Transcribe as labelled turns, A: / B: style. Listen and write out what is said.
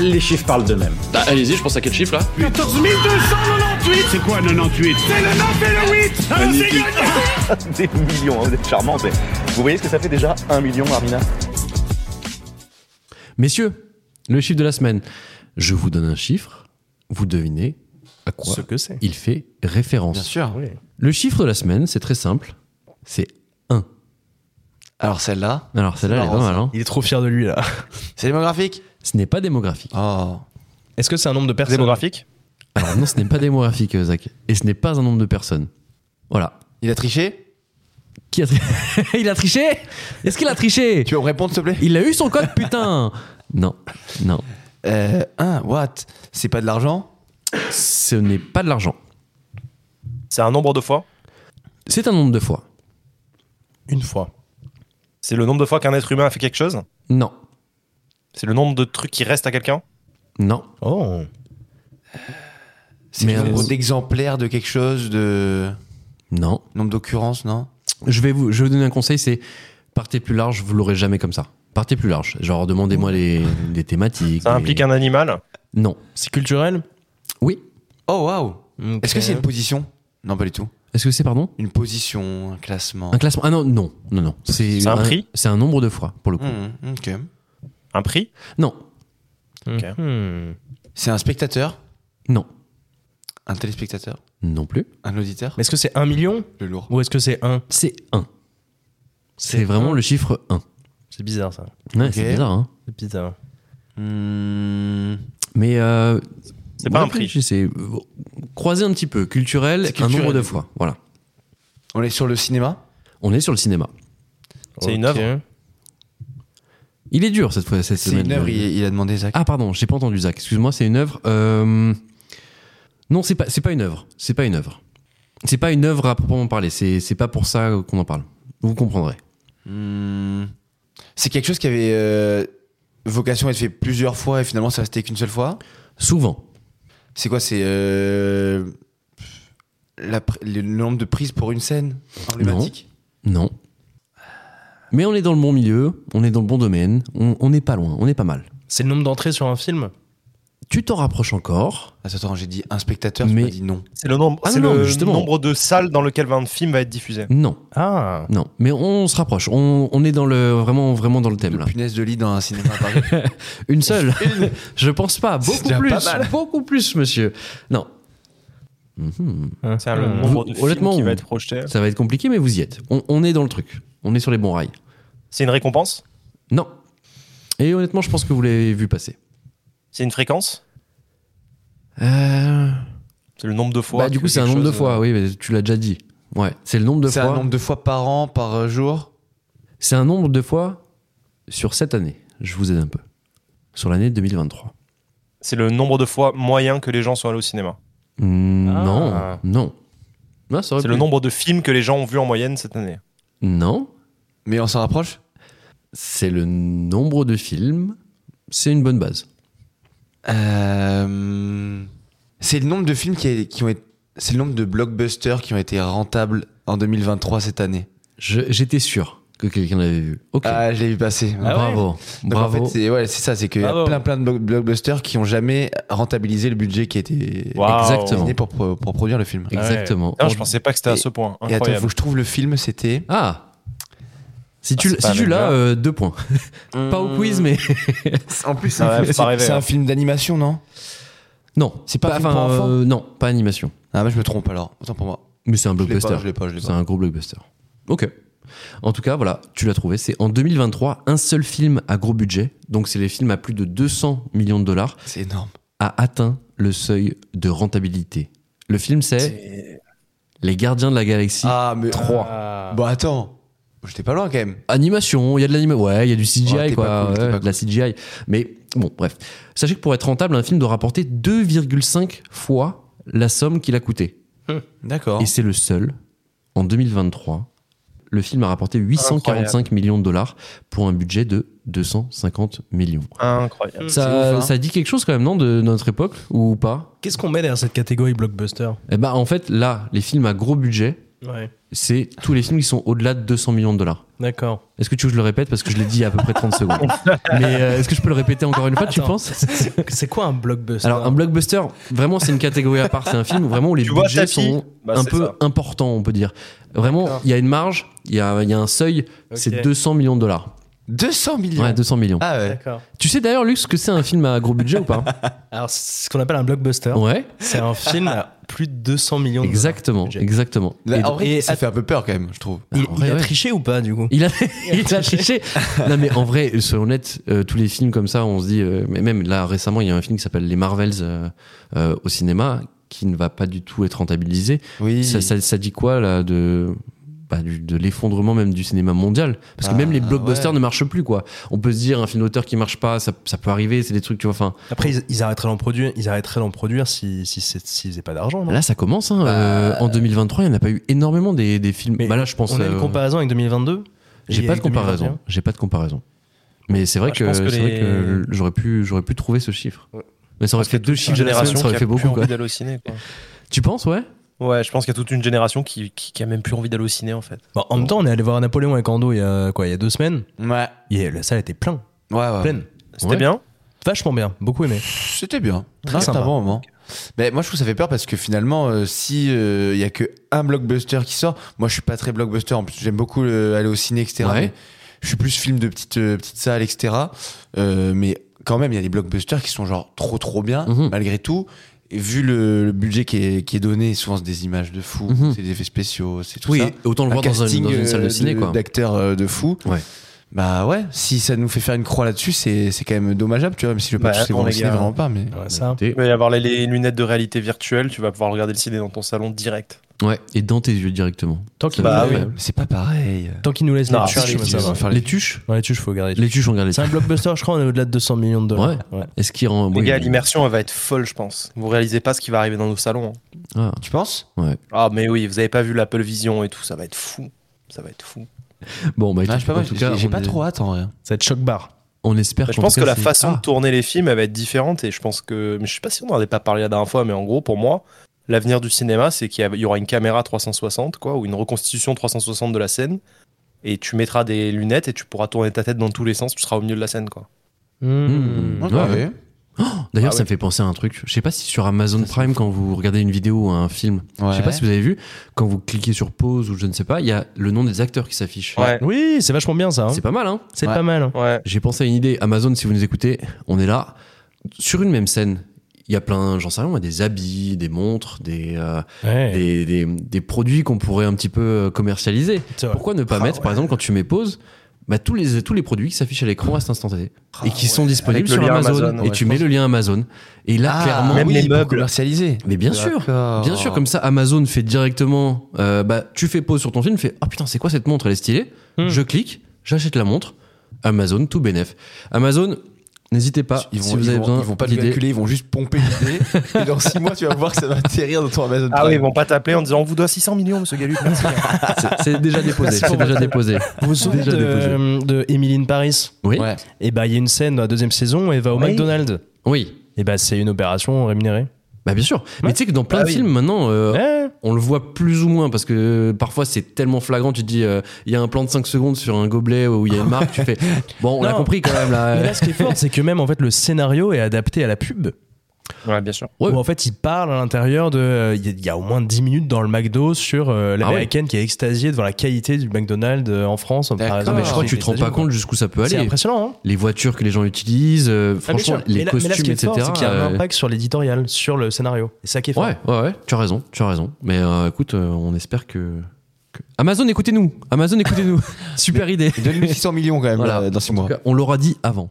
A: les chiffres parlent d'eux-mêmes.
B: Bah, allez-y, je pense à quel chiffre là
C: 14 298
D: C'est quoi 98
C: C'est le 9 et le 8 Alors c'est gagné
A: Des millions, hein, vous êtes charmants, mais vous voyez ce que ça fait déjà Un million, Armina
E: Messieurs, le chiffre de la semaine. Je vous donne un chiffre, vous devinez à quoi
F: Ce que c'est.
E: il fait référence.
B: sûr.
F: Oui.
E: Le chiffre de la semaine, c'est très simple, c'est 1.
B: Alors celle-là,
E: Alors celle-là, elle est
B: marrant,
E: pas mal. hein.
F: Il est trop fier de lui là.
B: c'est démographique
E: Ce n'est pas démographique.
B: Oh.
F: Est-ce que c'est un nombre de personnes
D: Démographique
E: Alors non, ce n'est pas démographique, euh, Zach. Et ce n'est pas un nombre de personnes. Voilà.
B: Il a triché
E: Qui a tri- il a triché Est-ce qu'il a triché
B: Tu veux me répondre s'il te plaît
E: Il a eu son code, putain Non, non.
B: Euh, un, what C'est pas de l'argent
E: Ce n'est pas de l'argent.
D: C'est un nombre de fois
E: C'est un nombre de fois.
F: Une fois.
D: C'est le nombre de fois qu'un être humain a fait quelque chose
E: Non,
D: C'est le nombre de trucs qui restent à quelqu'un
E: non.
F: Oh.
B: C'est
E: Mais
B: le nombre
E: euh,
B: d'exemplaires de quelque chose, de
E: Non.
B: nombre d'occurrences, non
E: Je vais vous, je vais vous donner un conseil, c'est partez plus large, vous l'aurez jamais comme ça. Partez plus large. Genre, demandez-moi les, les thématiques.
D: Ça
E: les-
D: implique un animal
E: Non.
F: C'est culturel
E: Oui.
B: Oh waouh Est-ce que c'est une
F: Ok.
B: position Non, pas du tout.
E: Est-ce que c'est, pardon
B: Une position, un classement.
E: Un classement Ah non, non, non, non. C'est
D: C'est un prix
E: C'est un nombre de fois, pour le coup.
B: Hmm, ok.
D: Un prix
E: Non,
F: Mhm.
B: C'est un spectateur
E: non,
B: Un téléspectateur
E: non plus.
B: Un auditeur
F: Mais Est-ce que c'est un million
B: Le lourd.
F: ou est-ce que c'est un
E: C'est 1. C'est vraiment
F: un.
E: le chiffre 1.
F: C'est bizarre ça.
E: Ouais, c'est bizarre, hein.
F: C'est bizarre.
B: Hmm,
E: Mais. euh,
D: C'est pas un prix.
E: réfléchissez. Croisez un petit peu. Culturel,
B: C'est culturel.
E: un nombre de fois. Voilà.
B: On est sur le cinéma
E: On est sur le cinéma.
D: C'est une
F: Ok.
D: œuvre
E: Il est dur cette fois, cette
B: C'est
E: semaine.
B: une œuvre, il, il a demandé Zach.
E: Ah, pardon, j'ai pas entendu, Zach. Excuse-moi, c'est une œuvre. euh, Non, c'est pas, c'est pas une œuvre. C'est pas une œuvre. C'est pas une œuvre à proprement parler. C'est, c'est pas pour ça qu'on en parle. Vous comprendrez.
B: Hmm, C'est quelque chose qui avait euh, vocation à être fait plusieurs fois et finalement ça restait qu'une seule fois
E: Souvent.
B: C'est quoi C'est euh, la pr- le nombre de prises pour une scène emblématique
E: Non. Mais on est dans le bon milieu. On est dans le bon domaine. On, on n'est pas loin. On est pas mal.
F: C'est le nombre d'entrées sur un film
E: Tu t'en rapproches encore.
B: Attends, Ah, attends, j'ai dit un spectateur, tu
E: Mais-
B: m'as dit non.
D: C'est le nombre,
E: Ah
D: c'est
E: non, non,
D: le
E: justement.
D: nombre de salles dans lesquelles un film va être diffusé.
E: Non,
F: Ah
E: non. Mais on se rapproche. On, on est dans le vraiment, vraiment dans le thème
B: De
E: là.
B: punaise de lit dans un cinéma à Paris.
E: Une seule Je pense pas. Beaucoup
B: déjà
E: plus.
B: pas mal.
E: Beaucoup plus, monsieur. Non. Mhm.
D: C'est le
F: Mmh.
D: nombre de films
E: Honnêtement,
D: qui
E: on-
D: va être projeté.
E: Ça va être compliqué, mais vous y êtes. On, on est dans le truc. On est sur les bons rails.
D: C'est une récompense
E: Non. Et honnêtement, je pense que vous l'avez vu passer.
D: C'est une fréquence
E: Euh,
D: C'est le nombre de fois
E: Bah, du
D: que
E: coup, c'est un
D: quelque
E: nombre de
D: chose- euh,
E: fois. Oui, mais tu l'as déjà dit. Ouais. C'est le nombre de
B: C'est un
E: fois.
B: nombre de fois par an, par euh, jour
E: C'est un nombre de fois sur cette année. Je vous aide un peu. Sur l'année 2023.
D: C'est le nombre de fois moyen que les gens sont allés au cinéma.
E: Mm,
F: Ah.
E: Non. Non. Non, ça aurait
D: C'est le
E: pu.
D: nombre de films que les gens ont vus en moyenne cette année.
E: Non.
B: Mais on s'en rapproche
E: C'est le nombre de films. C'est une bonne base.
B: Euh, C'est le nombre de films qui, a- qui ont été. C'est le nombre de blockbusters qui ont été rentables en 2023 cette année.
E: Je- J'étais sûr que quelqu'un l'avait vu. Ok.
B: Ah, je l'ai vu passer.
F: Ah ouais
E: bravo.
B: Donc
E: bravo.
B: en fait, c'est ouais, c'est ça, c'est qu'il y a
F: Bravo.
B: plein plein de block- blockbusters qui ont jamais rentabilisé le budget qui a été
D: Waouh.
E: Exactement.
B: destiné pour, pro- pour produire le film.
E: Exactement.
D: Ah, je pensais pas que c'était à
B: Et-
D: ce
B: Et
D: point.
B: attends,
D: Incroyable.
B: faut que je trouve le film, c'était.
E: Ah Si tu,
D: Ah,
E: si
D: c'est pas
E: tu
D: Avenger.
E: l'as, euh, deux points. Pas
B: Mmh.
E: au quiz, mais.
B: En plus, c'est
D: Ah ouais,
B: un film-
D: faut pas rêver,
B: c'est un
D: hein.
B: film d'animation, non
E: Non.
B: C'est pas un film
E: enfin,
B: pour enfants
E: euh, Non, pas animation.
B: Ah, bah je me trompe alors. Autant pour moi.
E: Mais c'est un
B: Je l'ai
E: blockbuster.
B: pas, je l'ai pas, je l'ai
E: C'est
B: pas.
E: un gros blockbuster. Ok. En tout cas, voilà, tu l'as trouvé. C'est en 2023, un seul film à gros budget, donc c'est les films à plus de 200 millions de dollars,
B: C'est énorme.
E: a atteint le seuil de rentabilité. Le film, c'est Les Gardiens de la Galaxie.
B: Ah, mais.
E: Eh, Trois.
F: Ah.
B: Bon, attends. J'étais pas loin quand même.
E: Animation, il y a de l'animation, ouais, il y a du CGI,
B: Ouais, t'es
E: quoi,
B: pas cool, t'es
E: ouais,
B: pas
E: de la CGI. Mais bon, bref. Sachez que pour être rentable, un film doit rapporter 2,5 fois la somme qu'il a coûté.
B: D'accord.
E: Et c'est le seul, en 2023, le film a rapporté 845 millions de dollars pour un budget de 250 millions.
D: Incroyable.
E: Ça,
B: ouf, hein.
E: ça dit quelque chose quand même, non, de notre époque, ou pas
F: Qu'est-ce qu'on met derrière cette catégorie blockbuster
E: Eh ben, en fait, là, les films à gros budget,
F: Ouais.
E: c'est tous les films qui sont au-delà de 200 millions de dollars.
F: D'accord.
E: Est-ce que tu veux que je le répète Parce que je l'ai dit il y a à peu près 30 secondes. Mais euh, est-ce que je peux le répéter encore une fois, tu
F: Attends.
E: penses
F: C'est quoi un blockbuster
E: Alors, un blockbuster, vraiment, c'est une catégorie à part. C'est un film où vraiment où les
D: Tu vois,
E: budgets
D: ta fille
E: sont
D: Bah,
E: un
D: c'est
E: peu
D: ça.
E: importants, on peut dire. Vraiment,
F: D'accord.
E: il y a une marge, il y a, il y a un seuil, c'est 200 millions de dollars.
B: 200 millions.
E: Ouais, 200 millions.
B: Ah ouais.
F: D'accord.
E: Tu sais d'ailleurs, Luc, ce que c'est un film à gros budget ou pas
F: Alors, c'est ce qu'on appelle un blockbuster,
E: Ouais,
F: c'est un film à plus de 200 millions de dollars.
E: exactement,
F: budget.
E: exactement.
B: Là,
E: Et-
B: en vrai,
F: et-
B: ça fait un peu peur quand même, je trouve.
E: Ah,
F: Il, il a
E: ouais, ouais.
F: triché ou pas, du coup
E: Il a, il a triché. Non, mais en vrai, soyons honnêtes, euh, tous les films comme ça, on se dit, euh, mais même là récemment, il y a un film qui s'appelle Les Marvels euh, euh, au cinéma qui ne va pas du tout être rentabilisé.
B: Oui.
E: Ça, ça- ça dit quoi là de bah, du- de l'effondrement même du cinéma mondial parce que
B: Ah,
E: même les blockbusters
B: ouais.
E: ne marchent plus quoi on peut se dire un film d'auteur qui marche pas ça, ça peut arriver c'est des trucs tu vois enfin
F: Après, ils, ils arrêteraient d'en produire, ils arrêteraient d'en produire si, si c'est- s'ils faisaient pas d'argent. non
E: là ça commence hein, euh, en 2023 il n'y en a pas eu énormément des, des films
F: Mais
E: bah là je pense
F: On a une
E: euh,
F: comparaison avec 2022
E: J'ai pas
F: Et
E: de
F: avec 2021.
E: comparaison. J'ai pas de comparaison. Mais c'est vrai
D: Bah, je
E: que,
D: pense que
E: c'est vrai
D: les-
E: que j'aurais pu j'aurais pu trouver ce chiffre. Mais ça aurait fait deux chiffres de la semaine, ça
D: qui
E: aurait
D: a
E: fait
D: plus
E: beaucoup
D: envie
E: quoi.
D: d'aller au ciné, quoi.
E: Tu penses ouais
D: Ouais, je pense qu'il y a toute une génération qui, qui, qui a même plus envie d'aller au ciné en fait.
F: Bon, en même temps, on est allé voir Napoléon avec Ando il y a quoi Il y a deux semaines.
B: Ouais.
F: Et la salle était plein,
B: Ouais, ouais.
F: pleine,
D: C'était
E: Ouais.
D: bien
F: vachement bien, beaucoup aimé.
B: C'était bien.
F: Très
B: Non,
F: sympa.
B: c'était un bon moment. Mais moi, je trouve que ça fait peur parce que finalement, euh, si il y a que un blockbuster qui sort, moi, je suis pas très blockbuster. En plus, j'aime beaucoup euh, aller au ciné, etc.
E: Ouais.
B: Mais Je suis plus film de petite euh, petite salle, etc. Euh, mais quand même, il y a des blockbusters qui sont genre trop trop bien
E: Mhm.
B: malgré tout. Et vu le, le budget qui est, qui est donné, souvent c'est des images de fou,
E: Mhm.
B: c'est des effets spéciaux, c'est tout
E: Oui,
B: ça.
E: autant le
B: Un
E: voir dans, un-
B: casting,
E: dans une salle de
B: euh,
E: ciné quoi.
B: D'acteurs euh, de fou.
E: Ouais.
B: Bah ouais, si ça nous fait faire une croix là-dessus, c'est c'est quand même dommageable, tu vois, même si je veux pas
D: Bah,
B: toucher
D: attends,
B: vraiment le
D: les
B: ciné,
D: gars.
B: vraiment pas, mais.
F: Ouais, ça.
E: Écoutez,
D: Il va y avoir les, les lunettes de réalité virtuelle, tu vas pouvoir regarder le ciné dans ton salon direct.
E: Ouais, et dans tes yeux directement.
F: Tant qu'il
D: Bah
F: nous,
D: oui.
B: Mais C'est pas pareil.
F: tant qu'il nous laisse
D: Non,
F: les tuches,
D: si,
F: moi,
D: si,
F: ça
D: si.
F: va.
B: Enfin,
E: Les tuches
F: Dans les tuches, faut garder les
E: Les
F: tuches.
E: tuches on regarde les
F: C'est un
E: tuches.
F: blockbuster, je crois, on est au-delà de 200 millions de dollars. Ouais.
E: Est-ce qui rend
D: Les
E: oui,
D: gars,
E: oui.
D: l'immersion elle va être folle, je pense. Vous réalisez pas ce qui va arriver dans nos salons. hein.
E: Ah.
B: Tu penses
D: Ah, mais oui, vous avez pas vu l'Apple Vision et tout, ça va être fou. Ça va être fou.
E: Bon bah
B: Ah, je sais pas, moi,
E: en tout cas,
B: j'ai- j'ai
E: on
B: pas
E: est-
B: trop hein. hâte en vrai.
F: Ça va être choc bar.
E: On espère
D: Bah, je
E: qu'en
D: pense
E: tout
D: que
E: cas,
D: la
E: c'est-
D: façon
E: Ah.
D: de tourner les films elle va être différente et je pense que mais je sais pas si on en avait pas parlé la dernière fois mais en gros pour moi l'avenir du cinéma c'est qu'il y a- il y aura une caméra 360 quoi ou une reconstitution 360 de la scène et tu mettras des lunettes et tu pourras tourner ta tête dans tous les sens tu seras au milieu de la scène quoi.
E: Mmh. Ouais, ouais.
D: Ah,
E: D'ailleurs, ça me fait penser à un truc. Je sais pas si sur Amazon Prime, quand vous regardez une vidéo ou un film, je sais pas si vous avez vu, quand vous cliquez sur pause ou je ne sais pas, il y a le nom des acteurs qui s'affiche.
F: Oui, c'est vachement bien ça. hein.
E: C'est pas mal, hein
F: C'est
B: Ouais.
F: pas mal. hein.
D: Ouais.
E: J'ai pensé à une idée. Amazon, si vous nous écoutez, on est là. Sur une même scène, il y a plein, j'en sais rien, moi, des habits, des montres, des, euh,
F: Et-
E: des, des- des produits qu'on pourrait un petit peu euh, commercialiser.
F: C'est vrai.
E: Pourquoi ne
D: Ah,
E: pas mettre, par exemple, quand tu mets pause, bah, tous, les, tous les produits qui s'affichent à l'écran à cet instant T et qui sont disponibles
D: Ah, Avec
E: sur
D: le lien
E: Amazon.
D: Amazon,
E: et
D: ouais,
E: tu
D: je
E: mets
D: pense. Ah,
E: le lien Amazon. Et là, clairement,
D: Même
B: Ah, oui,
D: les
B: pour
D: meubles.
B: commercialiser.
E: mais bien sûr,
B: D'accord.
E: Bien sûr, comme ça, Amazon fait directement. euh, bah, tu fais pause sur ton film, fais Ah putain, c'est quoi cette montre Elle est stylée.
F: Hmm.
E: Je clique, j'achète la montre. Amazon, tout bénef. Amazon, n'hésitez pas.
B: Ah, Ils vont,
E: si vous
B: ils
E: avez
B: vont-
E: besoin
B: ils vont pas le
E: d'idées.
B: calculer, ils vont juste pomper l'idée. et dans 6 mois, tu vas voir que ça va atterrir dans ton Amazon
D: Ah oui, ils
B: Prime.
D: vont pas t'appeler en disant on vous doit 600 millions monsieur Galut. Merci.
E: Ah, C'est- C'est déjà déposé.
F: Merci pour
E: C'est déjà déposé.
F: Vous vous souvenez
E: Déjà
F: de, de Emily in Paris
E: Oui.
B: Ouais.
F: Et bah, il y a une scène dans la deuxième saison où elle va au
D: Oui.
F: McDonald's.
E: Oui.
F: Et bah, c'est une opération rémunérée.
E: Bah bien sûr. Mais tu sais que dans plein
D: Bah
E: de
D: oui.
E: films maintenant, euh,
F: Ouais.
E: on le voit plus ou moins parce que parfois c'est tellement flagrant. Tu te dis, euh, il y a un plan de 5 secondes sur un gobelet où il y a une marque. Tu fais, bon, on
F: Non.
E: a compris quand même
F: Mais
E: là.
F: là, ce qui est fort, c'est que même en fait, le scénario est adapté à la pub.
D: Ouais, bien sûr.
E: Ouais.
F: Où en fait, il parle à l'intérieur de. euh, Il y, a- il y a au moins 10 minutes dans le McDo sur
E: Ah
F: euh, l'américaine qui est extasiée devant la qualité du McDonald's euh, en France. Par
B: D'accord.
F: exemple,
E: mais je crois que
F: chez
E: tu te
F: les
E: rends pas
F: États-Unis, quoi.
E: compte jusqu'où ça peut
F: C'est
E: aller.
F: impressionnant, hein
E: les voitures que les gens utilisent, euh, franchement,
F: Ah, bien sûr.
E: les
F: Mais là- mais
E: costumes,
F: là, ce qui est
E: etc.
F: fort, c'est qu'il y a un
E: euh,
F: impact sur l'éditorial, sur le scénario. Et ça qui est fort.
E: ouais, ouais, ouais, tu as raison, tu as raison. Mais euh, écoute, euh, on espère que. que- Amazon, écoutez-nous Amazon, écoutez-nous Super idée
B: Donne-nous 600 millions quand même
E: Voilà.
B: euh, dans 6 mois.
E: On l'aura dit avant.